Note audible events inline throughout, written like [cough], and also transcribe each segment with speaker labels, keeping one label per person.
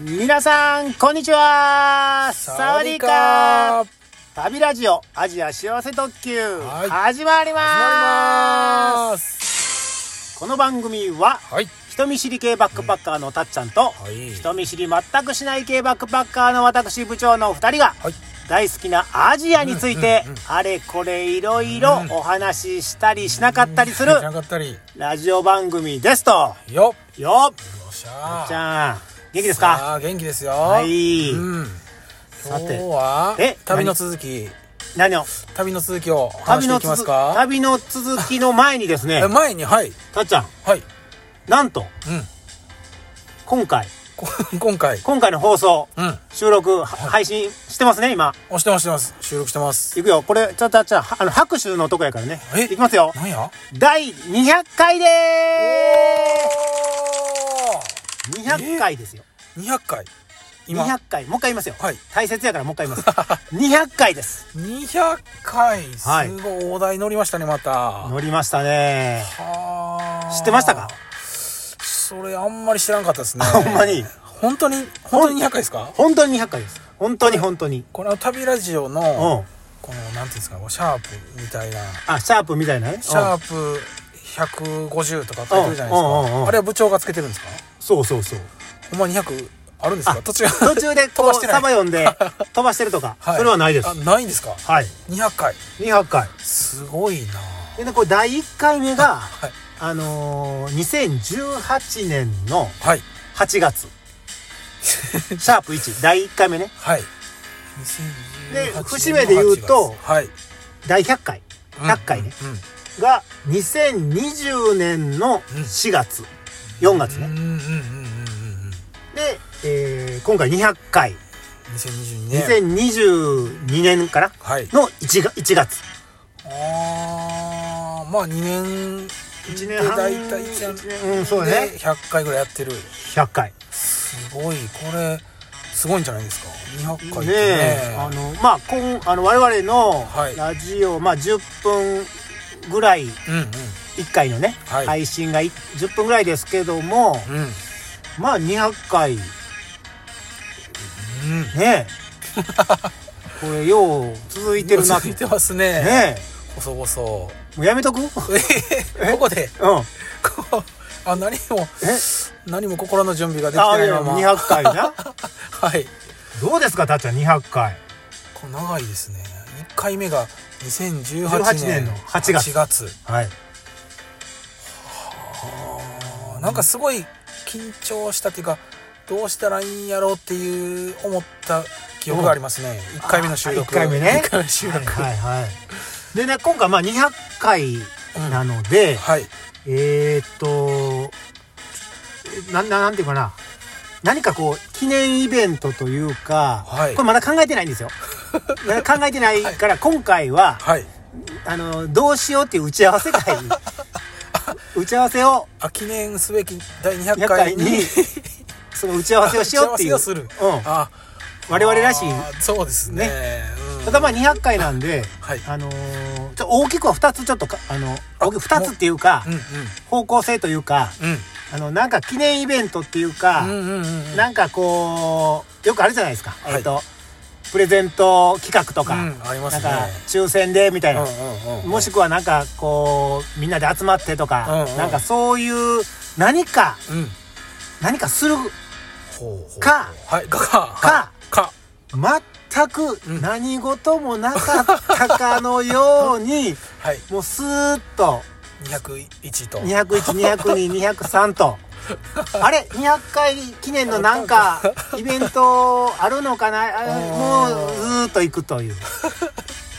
Speaker 1: 皆さんこんにちはサワディーカー旅ラジオアジア幸せ特急、
Speaker 2: はい
Speaker 1: 始まり
Speaker 2: 始まり
Speaker 1: ま
Speaker 2: ますす
Speaker 1: この番組は
Speaker 2: はい
Speaker 1: 人見知り系バックパッカーのたっちゃんと、
Speaker 2: はい
Speaker 1: 人見知り全くしない系バックパッカーの私部長のお二人が
Speaker 2: はい
Speaker 1: 大好きなアジアについてあれこれいろいろお話ししたりしなかったりする
Speaker 2: しなかったり
Speaker 1: ラジオ番組ですと
Speaker 2: よ
Speaker 1: よっ
Speaker 2: っよっしゃー
Speaker 1: じゃあ元気ですか
Speaker 2: さあ元気ですよ
Speaker 1: はい
Speaker 2: うん今
Speaker 1: さ
Speaker 2: 日
Speaker 1: て
Speaker 2: は
Speaker 1: え
Speaker 2: 旅の続き
Speaker 1: 何を
Speaker 2: 旅の続きを
Speaker 1: 旅
Speaker 2: 話して
Speaker 1: の
Speaker 2: いきます
Speaker 1: 続
Speaker 2: か
Speaker 1: 旅の続きの前にですね
Speaker 2: え前にはい
Speaker 1: たっちゃん
Speaker 2: はい
Speaker 1: なんと
Speaker 2: うん
Speaker 1: 今回
Speaker 2: こ [laughs] 今回
Speaker 1: 今回の放送、
Speaker 2: うん
Speaker 1: 収録は配信してますね今
Speaker 2: 押してますしてます収録してます
Speaker 1: いくよこれちょっとたっちゃんはあの拍手のとこやからね
Speaker 2: え
Speaker 1: いきますよ
Speaker 2: なんや
Speaker 1: 第200回でーす200回ですよ
Speaker 2: おー200回今
Speaker 1: 200回もう一回言いますよ、
Speaker 2: はい
Speaker 1: 大切やからもう一回言い
Speaker 2: [laughs]
Speaker 1: ます200回です
Speaker 2: 200回す
Speaker 1: はい
Speaker 2: ごい大台乗りましたねまた
Speaker 1: 乗りましたね
Speaker 2: はー
Speaker 1: 知ってましたか
Speaker 2: それあんまり知らんかったで
Speaker 1: [laughs]
Speaker 2: すね
Speaker 1: ほんまに
Speaker 2: 本当に本当に200回ですか
Speaker 1: 本当に200回です本当に本当に
Speaker 2: この旅ラジオ
Speaker 1: う
Speaker 2: の
Speaker 1: ん
Speaker 2: このなんていうんですかシャープみたいな
Speaker 1: あシャープみたいなね
Speaker 2: シャ
Speaker 1: うん
Speaker 2: ープ150とか書いてるじゃな
Speaker 1: う
Speaker 2: いです
Speaker 1: んうんうんうん
Speaker 2: かあれは部長がつけてるんですか
Speaker 1: そうそうそう
Speaker 2: ほんま200あるんです
Speaker 1: あ
Speaker 2: か途中
Speaker 1: 途中で
Speaker 2: 飛ば
Speaker 1: こ
Speaker 2: して
Speaker 1: う
Speaker 2: な
Speaker 1: サ
Speaker 2: い
Speaker 1: バ読ん
Speaker 2: [laughs]
Speaker 1: で飛ばしてるとか、
Speaker 2: い
Speaker 1: それはないです
Speaker 2: あないんですか
Speaker 1: はい
Speaker 2: 200回
Speaker 1: 200回
Speaker 2: すごいな
Speaker 1: でねこれ第1回目が、
Speaker 2: はい
Speaker 1: あのー、2018年の
Speaker 2: はい
Speaker 1: 8月
Speaker 2: [laughs]
Speaker 1: シャープ1第1回目ね
Speaker 2: はい
Speaker 1: で
Speaker 2: 2018
Speaker 1: 節目で言うと
Speaker 2: の8月はい
Speaker 1: 第100回100回ね、
Speaker 2: うんうん
Speaker 1: が2020年の4月、4月
Speaker 2: うん
Speaker 1: ね
Speaker 2: うんうんうんうんうん
Speaker 1: で、えー今回200回
Speaker 2: 2022年
Speaker 1: 2022年かな
Speaker 2: はい
Speaker 1: の 1, が1月
Speaker 2: あーまあ2年
Speaker 1: 1
Speaker 2: で
Speaker 1: 年半
Speaker 2: 大体1年
Speaker 1: 年うんそうだね
Speaker 2: で100回ぐらいやってる
Speaker 1: 100回
Speaker 2: すごいこれすごいんじゃないですか200回って
Speaker 1: ね
Speaker 2: ね
Speaker 1: えあのまあ今あの我々の
Speaker 2: はい
Speaker 1: ラジオ、まあ10分ぐらい
Speaker 2: うんうん
Speaker 1: 1回のね、
Speaker 2: はい
Speaker 1: 配信がい10分ぐらいですけども
Speaker 2: うん
Speaker 1: まあ200回ね
Speaker 2: うん [laughs]
Speaker 1: えこれよう続いてるなって
Speaker 2: 続い
Speaker 1: ね
Speaker 2: てますね
Speaker 1: え
Speaker 2: [laughs] 細々
Speaker 1: もうやめ
Speaker 2: [laughs]
Speaker 1: とくうん
Speaker 2: えへへここでこうあ何も
Speaker 1: え
Speaker 2: 何も心の準備ができて
Speaker 1: あ
Speaker 2: ない
Speaker 1: いや
Speaker 2: まま
Speaker 1: 200回
Speaker 2: [laughs]
Speaker 1: な
Speaker 2: はい
Speaker 1: どうですかたっちゃん200回
Speaker 2: これ長いですね1回目が2018
Speaker 1: 18年
Speaker 2: 年
Speaker 1: の
Speaker 2: の
Speaker 1: 8月
Speaker 2: 8月
Speaker 1: はい
Speaker 2: あーなんかすごい緊張したっていうかどうしたらいいんやろうっていう思った記憶がありますね、一1回目の収録
Speaker 1: 1回目ね
Speaker 2: 1回目の収録
Speaker 1: は
Speaker 2: はいい、
Speaker 1: はいはいでね今回まあ200回なので、えー、っとなななんていうかな何かこう記念イベントというか、
Speaker 2: はい
Speaker 1: これまだ考えてないん
Speaker 2: [laughs]
Speaker 1: ですよまだ考えてないから今回は、
Speaker 2: はい
Speaker 1: あのどうしようっていう打ち合わせ会
Speaker 2: [laughs]
Speaker 1: 打ち合わせを
Speaker 2: あ記念すべき第200
Speaker 1: 100
Speaker 2: 回
Speaker 1: 回
Speaker 2: に
Speaker 1: にその打ち合わせをしようっていう
Speaker 2: 打ち合わせをする
Speaker 1: うん、
Speaker 2: [laughs] あ
Speaker 1: 我々らしい
Speaker 2: あーそうですねうん
Speaker 1: ただまあ200回なんで、
Speaker 2: はい
Speaker 1: あのーちょ大きくは2つちょっとかあの大きく2つっていうか
Speaker 2: うんうん
Speaker 1: 方向性というか
Speaker 2: うん
Speaker 1: あのなんか記念イベントっていうか、
Speaker 2: うんうんうんうん
Speaker 1: なんかこうよくあるじゃないですか、
Speaker 2: はい
Speaker 1: えっとプレゼント企画とか、
Speaker 2: うんありま
Speaker 1: な
Speaker 2: す
Speaker 1: ん
Speaker 2: ね
Speaker 1: か抽選でみたいな、
Speaker 2: うんうんうん
Speaker 1: もしくはなんかこうみんなで集まってとか、
Speaker 2: うんうん
Speaker 1: なんかそういう何か
Speaker 2: うん
Speaker 1: 何かする
Speaker 2: ほうほうほう
Speaker 1: か
Speaker 2: はいかか
Speaker 1: か
Speaker 2: はいか
Speaker 1: 全く
Speaker 2: うん
Speaker 1: 何事もなかったかのように
Speaker 2: はい
Speaker 1: もうスーッと
Speaker 2: 201と
Speaker 1: 2012020203とあれ200回記念のなんかイベントあるのかなあもうずーっと行くという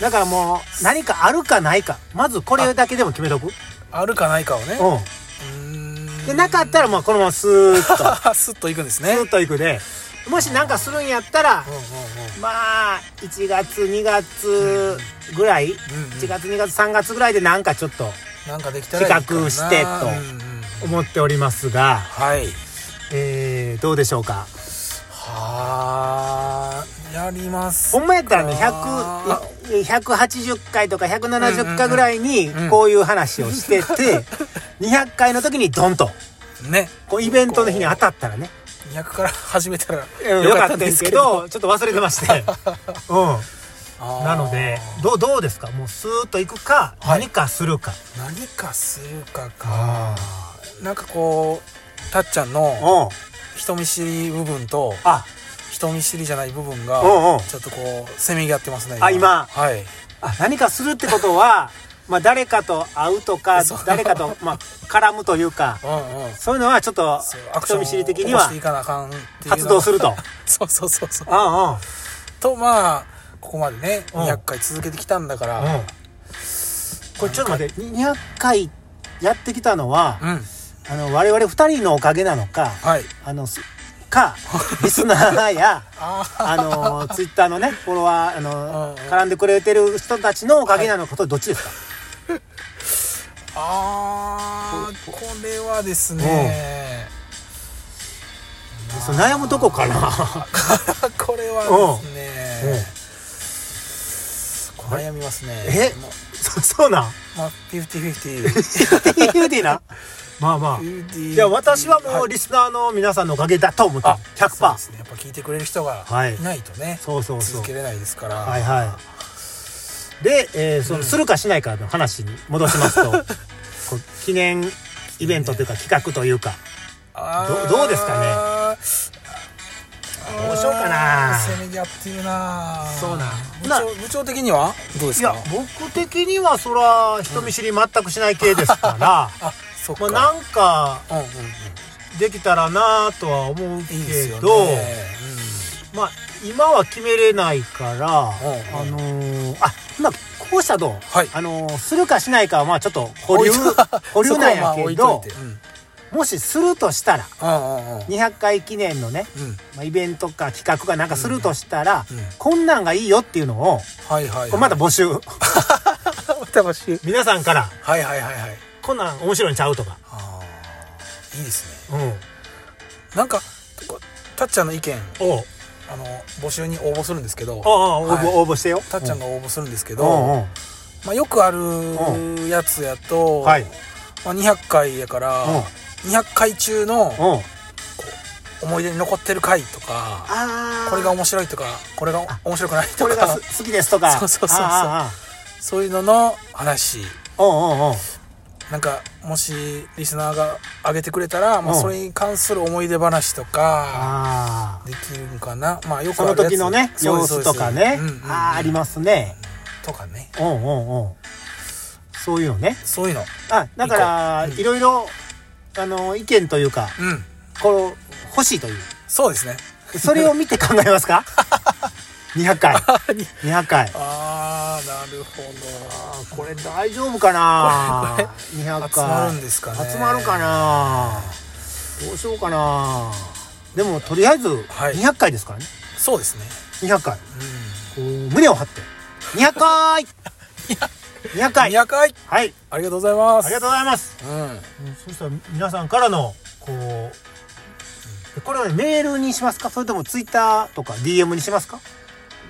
Speaker 1: だからもう何かあるかないかまずこれだけでも決めとく
Speaker 2: あるかないかをね
Speaker 1: う
Speaker 2: うん
Speaker 1: んでなかったらまあこのままスーッと
Speaker 2: スッといくんです
Speaker 1: [laughs] ス
Speaker 2: ね
Speaker 1: ーッと行くでもし何かするんやったら
Speaker 2: うんうん
Speaker 1: まあ1月2月ぐらい
Speaker 2: うんうん
Speaker 1: 1月2月3月ぐらいでなんかちょっと
Speaker 2: なんかできたらいいかな
Speaker 1: 企画してと
Speaker 2: うんうん
Speaker 1: 思っておりますが、
Speaker 2: はい
Speaker 1: えー、どうでしょうか
Speaker 2: はーやります
Speaker 1: ほんまやったらね
Speaker 2: あ
Speaker 1: 100 180回とか170回ぐらいに
Speaker 2: うんうん
Speaker 1: こういう話をしてて、200回の時にドンと
Speaker 2: ね
Speaker 1: こうイベントの日に当たったらね
Speaker 2: 2 200から始めたら
Speaker 1: よかったんですけどちょっと忘れてま
Speaker 2: [laughs]
Speaker 1: してう
Speaker 2: あ
Speaker 1: ん
Speaker 2: ー
Speaker 1: なのでどうどうですかもうスーッといくか、
Speaker 2: はい
Speaker 1: 何かするか
Speaker 2: 何かするかかなんかこうたっちゃんの
Speaker 1: うん
Speaker 2: 人見知り部分と
Speaker 1: あ
Speaker 2: 人見知りじゃない部分が
Speaker 1: うんうん
Speaker 2: ちょっとこうせめぎ合ってますね
Speaker 1: あ今
Speaker 2: はい
Speaker 1: あ何かするってことはまあ誰かと会うとか
Speaker 2: [laughs] そう
Speaker 1: 誰かとまあ絡むというか
Speaker 2: うんうん
Speaker 1: そういうのはちょっと
Speaker 2: そう
Speaker 1: 人見知り的に
Speaker 2: 起こし
Speaker 1: は
Speaker 2: ていかなあかんっていうのは
Speaker 1: 発動すると
Speaker 2: [laughs] そうそうそうそう
Speaker 1: うんうん
Speaker 2: とまあここまでね
Speaker 1: うん
Speaker 2: 200回続けてきたんだから
Speaker 1: これちょっと待って200回やってきたのは、
Speaker 2: うん
Speaker 1: あの我々2人のおかげなのか
Speaker 2: はい
Speaker 1: あのすかリスナー
Speaker 2: [laughs]
Speaker 1: や
Speaker 2: あー
Speaker 1: あのツイッターのねフォロワーあの、
Speaker 2: うんうん
Speaker 1: 絡んでくれてる人たちのおかげなのかとどっちですか、
Speaker 2: あーこれはですね
Speaker 1: その悩むとこかな
Speaker 2: [laughs] これはですねこれ悩みますね
Speaker 1: え
Speaker 2: もう
Speaker 1: そそうなん
Speaker 2: まあフィフティフィフティ
Speaker 1: 言うていい
Speaker 2: [laughs]
Speaker 1: なまあまあ [laughs] いや私はもうリスナーの皆さんのおかげだと思ってる
Speaker 2: あそうで
Speaker 1: 100%
Speaker 2: すねやっぱ聞いてくれる人が
Speaker 1: はい
Speaker 2: いないとね
Speaker 1: そうそうそう
Speaker 2: 続けれないですから
Speaker 1: はいはい。で、えーそのするかしないかの話に戻し [laughs] ますと、こう記念イベントというか企画というか、
Speaker 2: あー
Speaker 1: どどうですかね
Speaker 2: あー
Speaker 1: どうしようかな
Speaker 2: せめぎ合ってるな
Speaker 1: そうなん
Speaker 2: 部
Speaker 1: な
Speaker 2: 長部長的にはどうで
Speaker 1: い
Speaker 2: す
Speaker 1: や
Speaker 2: か
Speaker 1: 僕的にはそら人見知り全くしない系です [laughs] から、
Speaker 2: あそっ
Speaker 1: まあ
Speaker 2: か
Speaker 1: なんか
Speaker 2: うんうんうん
Speaker 1: できたらなとは思うけ
Speaker 2: いいですよね
Speaker 1: ど、まあ今は決めれないから、あ
Speaker 2: うん
Speaker 1: のーあ今こうしたらどう、
Speaker 2: はい
Speaker 1: あのーするかしないかはまあちょっと保留
Speaker 2: 置いと
Speaker 1: 保留なんやけ
Speaker 2: そこはまあ
Speaker 1: ど
Speaker 2: 置いといてうん
Speaker 1: もしするとしたら
Speaker 2: うんうんうん
Speaker 1: 200回記念のね
Speaker 2: うん
Speaker 1: まあ、イベントか企画かなんかするとしたら、
Speaker 2: うんうん
Speaker 1: こんなんがいいよっていうのを
Speaker 2: はいはい
Speaker 1: これまだ募集
Speaker 2: また募集
Speaker 1: 皆さんから
Speaker 2: はいはいはいはい
Speaker 1: こんなん面白いんちゃうとか、
Speaker 2: あーいいですね
Speaker 1: うん、
Speaker 2: なんかこたっちゃんの意見
Speaker 1: おう
Speaker 2: あの募集に応募するんですけど
Speaker 1: おうおう応募、
Speaker 2: はい
Speaker 1: 応募してよ
Speaker 2: たっちゃんが応募するんですけ
Speaker 1: うんうん
Speaker 2: ど、まあ、よくあ
Speaker 1: う
Speaker 2: るやつや
Speaker 1: う
Speaker 2: と、
Speaker 1: んはい
Speaker 2: まあ、200回やから
Speaker 1: うん
Speaker 2: 200回中の
Speaker 1: うん
Speaker 2: 思い出に残ってる回とか
Speaker 1: あー
Speaker 2: これが面白いとかこれが面白くない
Speaker 1: ことれが
Speaker 2: か
Speaker 1: す好きですとか
Speaker 2: そうそうそうそう
Speaker 1: あ
Speaker 2: そういうのの話
Speaker 1: ーあーあーうんうんうん
Speaker 2: なんかもしリスナーが上げてくれたら、まあ、
Speaker 1: うん
Speaker 2: それに関する思い出話とか
Speaker 1: あー
Speaker 2: できるんかなまあよく
Speaker 1: そ
Speaker 2: あ
Speaker 1: の
Speaker 2: るやつ
Speaker 1: 時のね
Speaker 2: そうで
Speaker 1: 様
Speaker 2: す
Speaker 1: 子とかね、
Speaker 2: そうですうんうんうん
Speaker 1: あーありますね
Speaker 2: とかね
Speaker 1: うんうんうんそういうのね
Speaker 2: そういうの
Speaker 1: あだから、
Speaker 2: いいかうん
Speaker 1: いろいろあの意見というか
Speaker 2: うん
Speaker 1: こう欲しいという
Speaker 2: そうですね
Speaker 1: それを見て考えます [laughs] か ?200 [laughs] 回。200回。
Speaker 2: ああなるほど
Speaker 1: これ大丈夫かな200回。
Speaker 2: 集まるんですかね
Speaker 1: 集まるかなどうしようかなでも、とりあえず、
Speaker 2: はい
Speaker 1: 200回ですからね。
Speaker 2: そうですね
Speaker 1: 200回。
Speaker 2: うん
Speaker 1: こう胸を張って。200回 [laughs] !200 回
Speaker 2: 200回
Speaker 1: はい。
Speaker 2: ありがとうございます
Speaker 1: ありがとうございます。
Speaker 2: ううん
Speaker 1: うんそしたら、皆さんからの、こう、これはね、メールにしますかそれともツイッターとか DM にしますか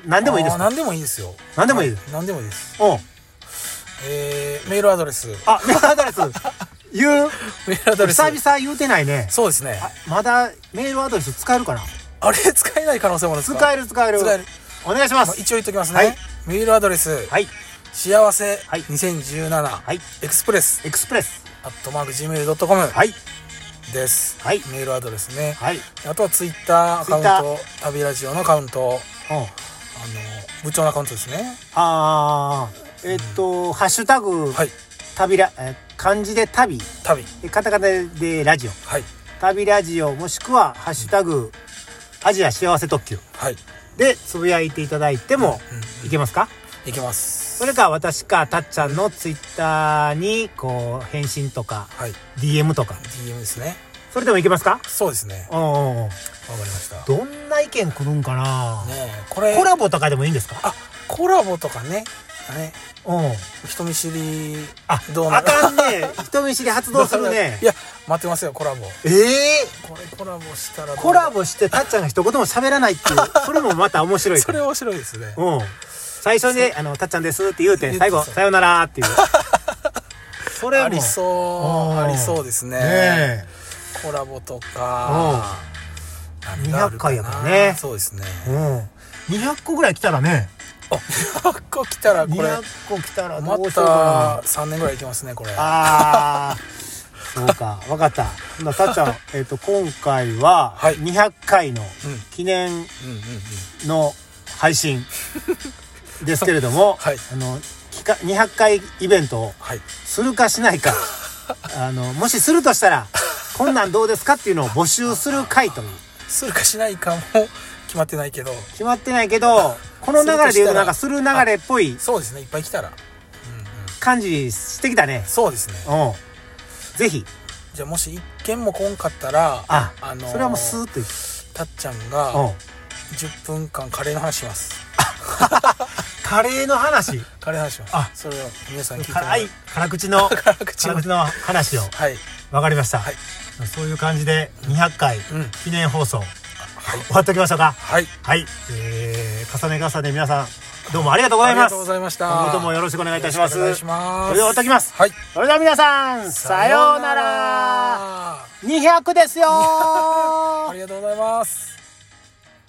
Speaker 1: 何でもいいです
Speaker 2: あー
Speaker 1: か
Speaker 2: 何でもいいですよ
Speaker 1: 何でもいい
Speaker 2: は何でもいいです
Speaker 1: うん。
Speaker 2: えーメールアドレス
Speaker 1: あ、メールアドレス。言う
Speaker 2: メールアドレス
Speaker 1: 久々言うてないね。
Speaker 2: そうですね
Speaker 1: あまだメールアドレス使えるかな
Speaker 2: あれ使えない可能性もあるんですか
Speaker 1: 使える使える。
Speaker 2: 使える
Speaker 1: お願いしま
Speaker 2: まあ
Speaker 1: す。
Speaker 2: 一応言っときます
Speaker 1: はい
Speaker 2: ねメールアドレス
Speaker 1: はい。
Speaker 2: 幸せ
Speaker 1: はい
Speaker 2: 2017
Speaker 1: はい。
Speaker 2: エクスプレス
Speaker 1: エクスプレス。
Speaker 2: アットマーク Gmail.com
Speaker 1: はい。
Speaker 2: です
Speaker 1: はい
Speaker 2: メールアドレスね
Speaker 1: はい。うん。
Speaker 2: あとはツイッターアカウン
Speaker 1: Twitter
Speaker 2: ト旅ラジオのアカウントあの部長のアカウントですね
Speaker 1: あー、えっと、ハッシュタグ、
Speaker 2: はい
Speaker 1: 旅ら、え漢字で旅、
Speaker 2: 旅
Speaker 1: でカタカナでラジオ。
Speaker 2: はい
Speaker 1: 旅ラジオ、もしくは、ハッシュタグ、アジア幸せ特急。
Speaker 2: はい
Speaker 1: で、つぶやいていただいても
Speaker 2: うんうん、
Speaker 1: いけますか
Speaker 2: いきます
Speaker 1: それか、私か、たっちゃんのツイッターに、こう、返信とか、
Speaker 2: はい
Speaker 1: DM とか
Speaker 2: DM ですね
Speaker 1: それでもいけますか
Speaker 2: そうですね
Speaker 1: うんうんうん
Speaker 2: わかりましたね
Speaker 1: どんな意見来るんかな、
Speaker 2: えこれ
Speaker 1: コラボとかでもいいんですか
Speaker 2: あコラボとかねね
Speaker 1: うん
Speaker 2: 人見知り
Speaker 1: あ
Speaker 2: どうな
Speaker 1: あ
Speaker 2: る
Speaker 1: かんね人見知り発動するね
Speaker 2: [laughs] いや待ってますよコラボ
Speaker 1: え
Speaker 2: これコラボしたら
Speaker 1: ー、
Speaker 2: どう
Speaker 1: コラボしてたっちゃんが一言も喋らないっていうそれもまた面白い
Speaker 2: それ面白いですね
Speaker 1: うん最初にあの「たっちゃんです」って言うて最後「
Speaker 2: 言ってた
Speaker 1: さよなら」っていうそれも
Speaker 2: ありそううんありそうですね
Speaker 1: ねえ
Speaker 2: コラボとか何がある
Speaker 1: 200回やからね
Speaker 2: そうですね
Speaker 1: うん200個ぐらい来たらね
Speaker 2: あ200個来たらこれ
Speaker 1: 200個来たら
Speaker 2: ま
Speaker 1: どうしよう
Speaker 2: た
Speaker 1: か
Speaker 2: 3年ぐらいいきますねこれ
Speaker 1: なああーそうかわかったほなたっちゃ [laughs] ん、えっと今回は
Speaker 2: はい
Speaker 1: 200回の
Speaker 2: うん
Speaker 1: 記念
Speaker 2: うんうんうん
Speaker 1: の配信ですけれど [laughs] も、
Speaker 2: はい
Speaker 1: あのきか200回イベントを
Speaker 2: はい
Speaker 1: するかしない [laughs] かあのもしするとしたらこんなんどうですかっていうのを募集する回という
Speaker 2: するかしないかも決まってないけど
Speaker 1: 決まってないけどこの流れで言うとなんかする流れっぽい
Speaker 2: そうですねいっぱい来たら
Speaker 1: 感じしてきたね
Speaker 2: そうですね
Speaker 1: うんぜひ
Speaker 2: じゃあもし一件も来んかったら
Speaker 1: あ、
Speaker 2: の
Speaker 1: それはもうスーッといく
Speaker 2: たっちゃんが
Speaker 1: うん
Speaker 2: 10分間カレーの話します
Speaker 1: カレーの話
Speaker 2: カレーの話します
Speaker 1: あ
Speaker 2: それを皆さん聞いてもら
Speaker 1: 辛
Speaker 2: う
Speaker 1: い辛口の
Speaker 2: [laughs] 辛口
Speaker 1: 辛
Speaker 2: の
Speaker 1: 口の話を
Speaker 2: はい
Speaker 1: わかりました、
Speaker 2: はい
Speaker 1: そういう感じで200回
Speaker 2: うん
Speaker 1: 記念放送、
Speaker 2: はい
Speaker 1: 終わっておきましょうか
Speaker 2: はい
Speaker 1: はい、えー、重ね重ね皆さんどうもありがとうござ
Speaker 2: あ
Speaker 1: い
Speaker 2: り
Speaker 1: ま
Speaker 2: が
Speaker 1: す
Speaker 2: とうございました
Speaker 1: 今後ともよろしくお願いいたします
Speaker 2: よろしくお願いします
Speaker 1: それでは終わっておきます
Speaker 2: はい
Speaker 1: それでは皆さんさようなら
Speaker 2: さようなら
Speaker 1: 200ですよー
Speaker 2: [laughs] ありがとうございます